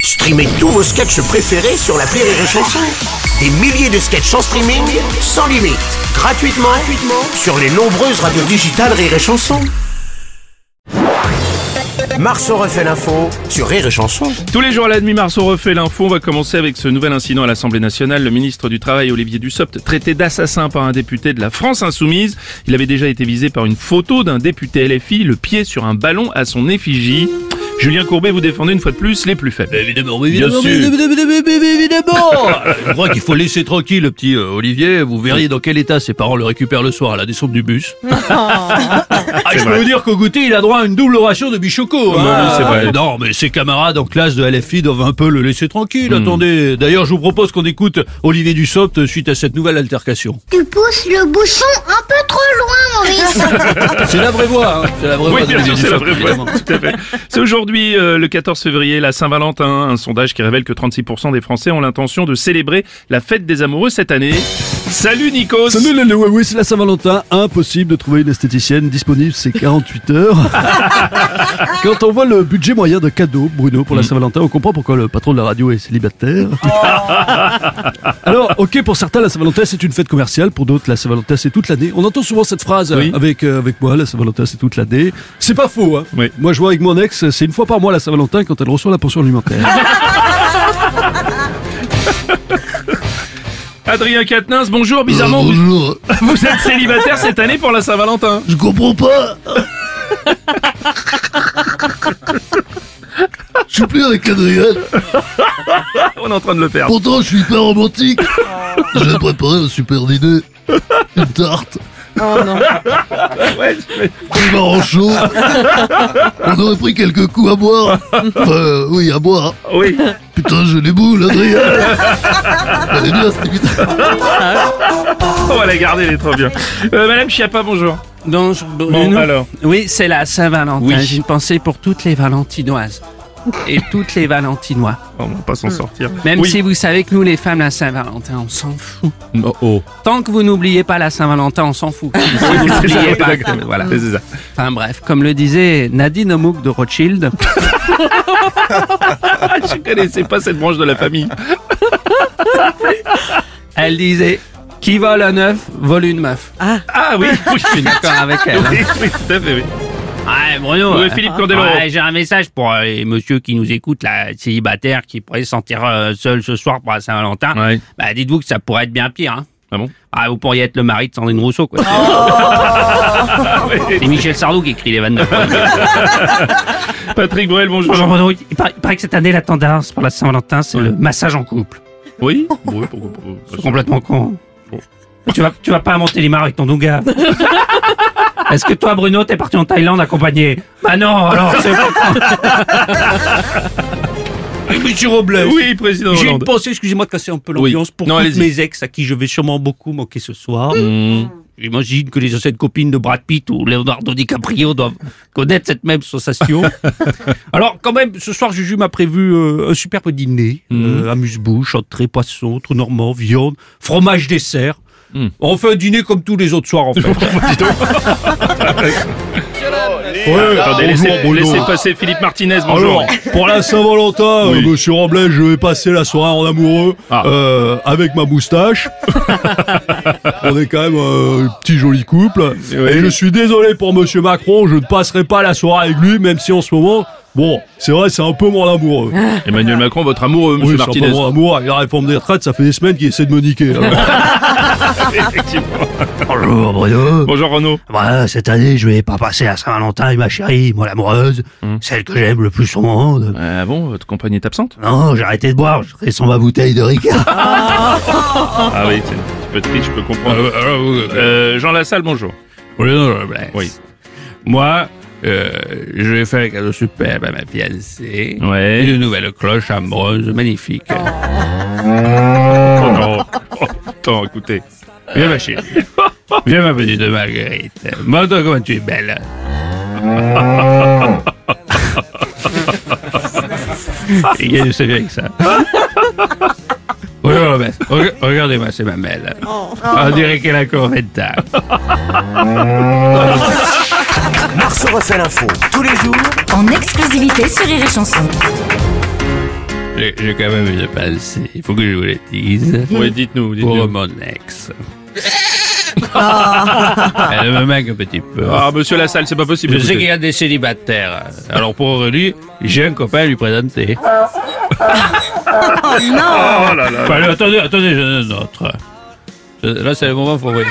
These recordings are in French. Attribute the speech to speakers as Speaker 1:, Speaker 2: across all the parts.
Speaker 1: Streamez tous vos sketchs préférés sur la Rire et Chanson. Des milliers de sketchs en streaming, sans limite, gratuitement, gratuitement sur les nombreuses radios digitales Rire et Chanson. Marceau refait l'info sur Rire et Chanson.
Speaker 2: Tous les jours à la demi-mars, on refait l'info. On va commencer avec ce nouvel incident à l'Assemblée nationale. Le ministre du Travail, Olivier Dussopt, traité d'assassin par un député de la France insoumise. Il avait déjà été visé par une photo d'un député LFI, le pied sur un ballon à son effigie. Julien Courbet, vous défendez une fois de plus les plus faibles.
Speaker 3: Euh, Évidemment, oui, évidemment,
Speaker 2: sûr.
Speaker 3: oui, évidemment, oui, évidemment, oui, évidemment. Je crois qu'il faut laisser tranquille le petit euh, Olivier. Vous verriez dans quel état ses parents le récupèrent le soir à la descente du bus. Ah, je peux vous dire qu'au goûter, il a droit à une double ration de bichoco.
Speaker 2: Ah,
Speaker 3: hein.
Speaker 2: oui, c'est vrai.
Speaker 3: Non, mais ses camarades en classe de LFI doivent un peu le laisser tranquille.
Speaker 2: Hmm.
Speaker 3: Attendez, d'ailleurs, je vous propose qu'on écoute Olivier Dussopt suite à cette nouvelle altercation.
Speaker 4: Tu pousses le bouchon un peu trop loin, Maurice.
Speaker 3: C'est la vraie voix. hein. C'est la vraie
Speaker 2: Oui,
Speaker 3: voix
Speaker 2: bien sûr,
Speaker 3: d'Olivier
Speaker 2: c'est la
Speaker 3: Dussopt,
Speaker 2: vraie
Speaker 3: évidemment.
Speaker 2: voix, tout à fait. C'est aujourd'hui, euh, le 14 février, la Saint-Valentin, un sondage qui révèle que 36% des Français ont l'intention de célébrer la fête des amoureux cette année. Salut Nikos
Speaker 5: Salut les ouais, oui, c'est la Saint-Valentin. Impossible de trouver une esthéticienne disponible, c'est 48 heures. Quand on voit le budget moyen de cadeau, Bruno,
Speaker 2: Mm.
Speaker 5: pour la Saint-Valentin, on comprend pourquoi le patron de la radio est célibataire.
Speaker 2: Oh.
Speaker 5: Alors, ok, pour certains, la Saint-Valentin, c'est une fête commerciale. Pour d'autres, la Saint-Valentin, c'est toute l'année. On entend souvent cette phrase
Speaker 2: Oui.
Speaker 5: euh, avec, euh, avec moi, la Saint-Valentin, c'est toute l'année. C'est pas faux, hein.
Speaker 2: Oui.
Speaker 5: Moi, je vois avec mon ex, c'est une fois par mois la Saint-Valentin quand elle reçoit la pension alimentaire.
Speaker 2: Ah, Adrien Quatennens, bonjour, bizarrement, vous,
Speaker 6: Bonjour,
Speaker 2: vous êtes célibataire cette année pour la Saint-Valentin.
Speaker 6: Oh, je comprends pas. Je suis plus avec Adrien,
Speaker 2: On est en train de le perdre.
Speaker 6: pourtant je suis hyper romantique. J'ai préparé un super dîner, une tarte,
Speaker 2: Ouais, mais-
Speaker 6: un marron chaud. On aurait pris quelques coups à boire. Enfin, euh, oui, à boire.
Speaker 2: oh oui.
Speaker 6: Putain, je les boule, Adrien. Elle est bien, cette imitation.
Speaker 2: On va la garder, elle est trop bien. Euh, Madame Chiappa, bonjour.
Speaker 7: Donc,
Speaker 2: Bon,
Speaker 7: Bruno-
Speaker 2: alors.
Speaker 7: Oui, c'est la Saint-Valentin.
Speaker 2: Oui.
Speaker 7: J'ai une pensée pour toutes les Valentinoises et toutes les Valentinois.
Speaker 2: Oh, on va pas s'en sortir.
Speaker 7: Même
Speaker 2: Oui.
Speaker 7: si vous savez que nous, les femmes, la Saint-Valentin, on s'en fout.
Speaker 2: Oh, oh.
Speaker 7: Tant que vous n'oubliez pas la Saint-Valentin, on s'en fout. Si vous
Speaker 2: C'est ça,
Speaker 7: n'oubliez pas.
Speaker 2: exactement.
Speaker 7: Voilà.
Speaker 2: C'est ça.
Speaker 7: Enfin bref, comme le disait Nadine Omouk de Rothschild,
Speaker 2: Ah, je connaissais pas cette branche de la famille.
Speaker 7: elle disait Qui vole un œuf, vole une meuf.
Speaker 2: Ah oui, oui, je suis d'accord.
Speaker 7: D'accord avec elle. hein.
Speaker 2: Oui, oui, tout à fait, oui.
Speaker 7: Ouais, Bruno.
Speaker 2: Oui,
Speaker 7: euh,
Speaker 2: Philippe Candeloro.
Speaker 7: ouais, J'ai un message pour euh, les messieurs qui nous écoutent, là, célibataires, qui pourraient se sentir euh, seuls ce soir pour la Saint-Valentin.
Speaker 2: Ouais.
Speaker 7: Bah, dites-vous que ça pourrait être bien pire, hein.
Speaker 2: Ah bon
Speaker 7: Ah, vous pourriez être le mari de Sandrine Rousseau, quoi. C'est Michel Sardou qui écrit les vannes de
Speaker 2: Patrick Bruel, bonjour.
Speaker 7: Bonjour Bruno, il paraît, il paraît que cette année, la tendance pour la Saint-Valentin, c'est le massage en couple.
Speaker 2: Oui, oui pourquoi pas.
Speaker 7: C'est complètement con. hein. Tu vas, tu vas pas inventer les mares avec ton douga. Est-ce que toi, Bruno, t'es parti en Thaïlande accompagné Bah non, alors c'est pas con.
Speaker 3: Monsieur Robles.
Speaker 2: Oui, président
Speaker 3: J'ai une
Speaker 2: Hollande.
Speaker 3: pensée, excusez-moi de casser un peu
Speaker 2: Oui.
Speaker 3: l'ambiance, pour
Speaker 2: Non,
Speaker 3: toutes
Speaker 2: allez-y.
Speaker 3: mes ex à qui je vais sûrement beaucoup manquer ce soir.
Speaker 8: Mm.
Speaker 3: J'imagine que les anciennes copines de Brad Pitt ou Leonardo DiCaprio doivent connaître cette même sensation. Alors quand même, ce soir, Juju m'a prévu euh, un superbe dîner.
Speaker 8: Mm.
Speaker 3: Euh, Amuse-bouche, entrée, poisson, trou normand, viande, fromage, dessert.
Speaker 2: Mm.
Speaker 3: On fait un dîner comme tous les autres soirs en fait.
Speaker 2: Ouais, attendez, laissez, laissez passer Philippe Martinez, bonjour.
Speaker 5: Alors, pour la Saint-Valentin,
Speaker 2: Oui.
Speaker 5: euh, monsieur Robles, je vais passer la soirée en amoureux
Speaker 2: Ah.
Speaker 5: euh, avec ma moustache. On est quand même euh, un petit joli couple.
Speaker 2: Ouais.
Speaker 5: Et je suis désolé pour monsieur Macron, je ne passerai pas la soirée avec lui, même si en ce moment, bon, c'est vrai, c'est un peu mon amoureux.
Speaker 2: Emmanuel Macron, votre amoureux, Ah. monsieur
Speaker 5: Oui, c'est un
Speaker 2: Martinez.
Speaker 5: peu mon amoureux. Et la réforme des retraites, ça fait des semaines qu'il essaie de me niquer. alors.
Speaker 2: Effectivement.
Speaker 6: Bonjour, Bruno.
Speaker 2: Bonjour Renaud.
Speaker 6: Voilà, cette année, je vais pas passer la Saint-Valentin avec ma chérie, moi l'amoureuse,
Speaker 2: Hmm.
Speaker 6: celle que j'aime le plus au monde.
Speaker 2: Ah bon, votre compagne est absente
Speaker 6: Non, j'ai arrêté de boire, je serai sans ma bouteille de Ricard.
Speaker 2: Ah oui, c'est un petit peu triste, je peux comprendre. Euh, Jean Lassalle, bonjour. Oui.
Speaker 8: Moi, euh, je vais faire un cadeau superbe à ma fiancée.
Speaker 2: Ouais.
Speaker 8: Une nouvelle cloche en bronze magnifique.
Speaker 2: Oh non. Oh, attends, écoutez.
Speaker 8: Viens ma chérie. Viens ma petite Marguerite. Montre comment tu es belle. Il y a du sérieux avec ça. Oh, Bonjour Robert. Reg- Regardez-moi, c'est ma belle. On dirait qu'elle a encore 20 ans.
Speaker 1: Marceau refait l'info tous les jours
Speaker 9: en exclusivité sur Rire et Chanson.
Speaker 7: J'ai j'ai quand même une pensée. Il faut que je vous la dise.
Speaker 2: Ouais, dites-nous,
Speaker 7: Pour
Speaker 2: dites-nous.
Speaker 7: mon ex. Elle me manque un petit peu.
Speaker 2: Ah, monsieur Lassalle, c'est pas possible.
Speaker 7: Je sais qu'il
Speaker 2: écoutez.
Speaker 7: y a des célibataires. Alors pour lui, j'ai un copain à lui présenter. Oh non Bah, Attendez, attendez, j'en ai un autre. Je- Là, c'est le moment pour vous.
Speaker 2: Ah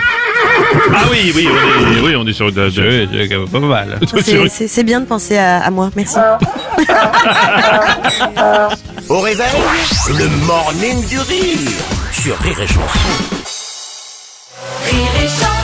Speaker 2: oui, oui, on est, oui, on est sur de- de-
Speaker 7: Je je- quand même pas mal.
Speaker 9: C'est- C'est c'est bien de penser à, à moi, merci.
Speaker 1: Au réveil, le morning du rire sur Rire et Chanson.
Speaker 10: Rire et chanson.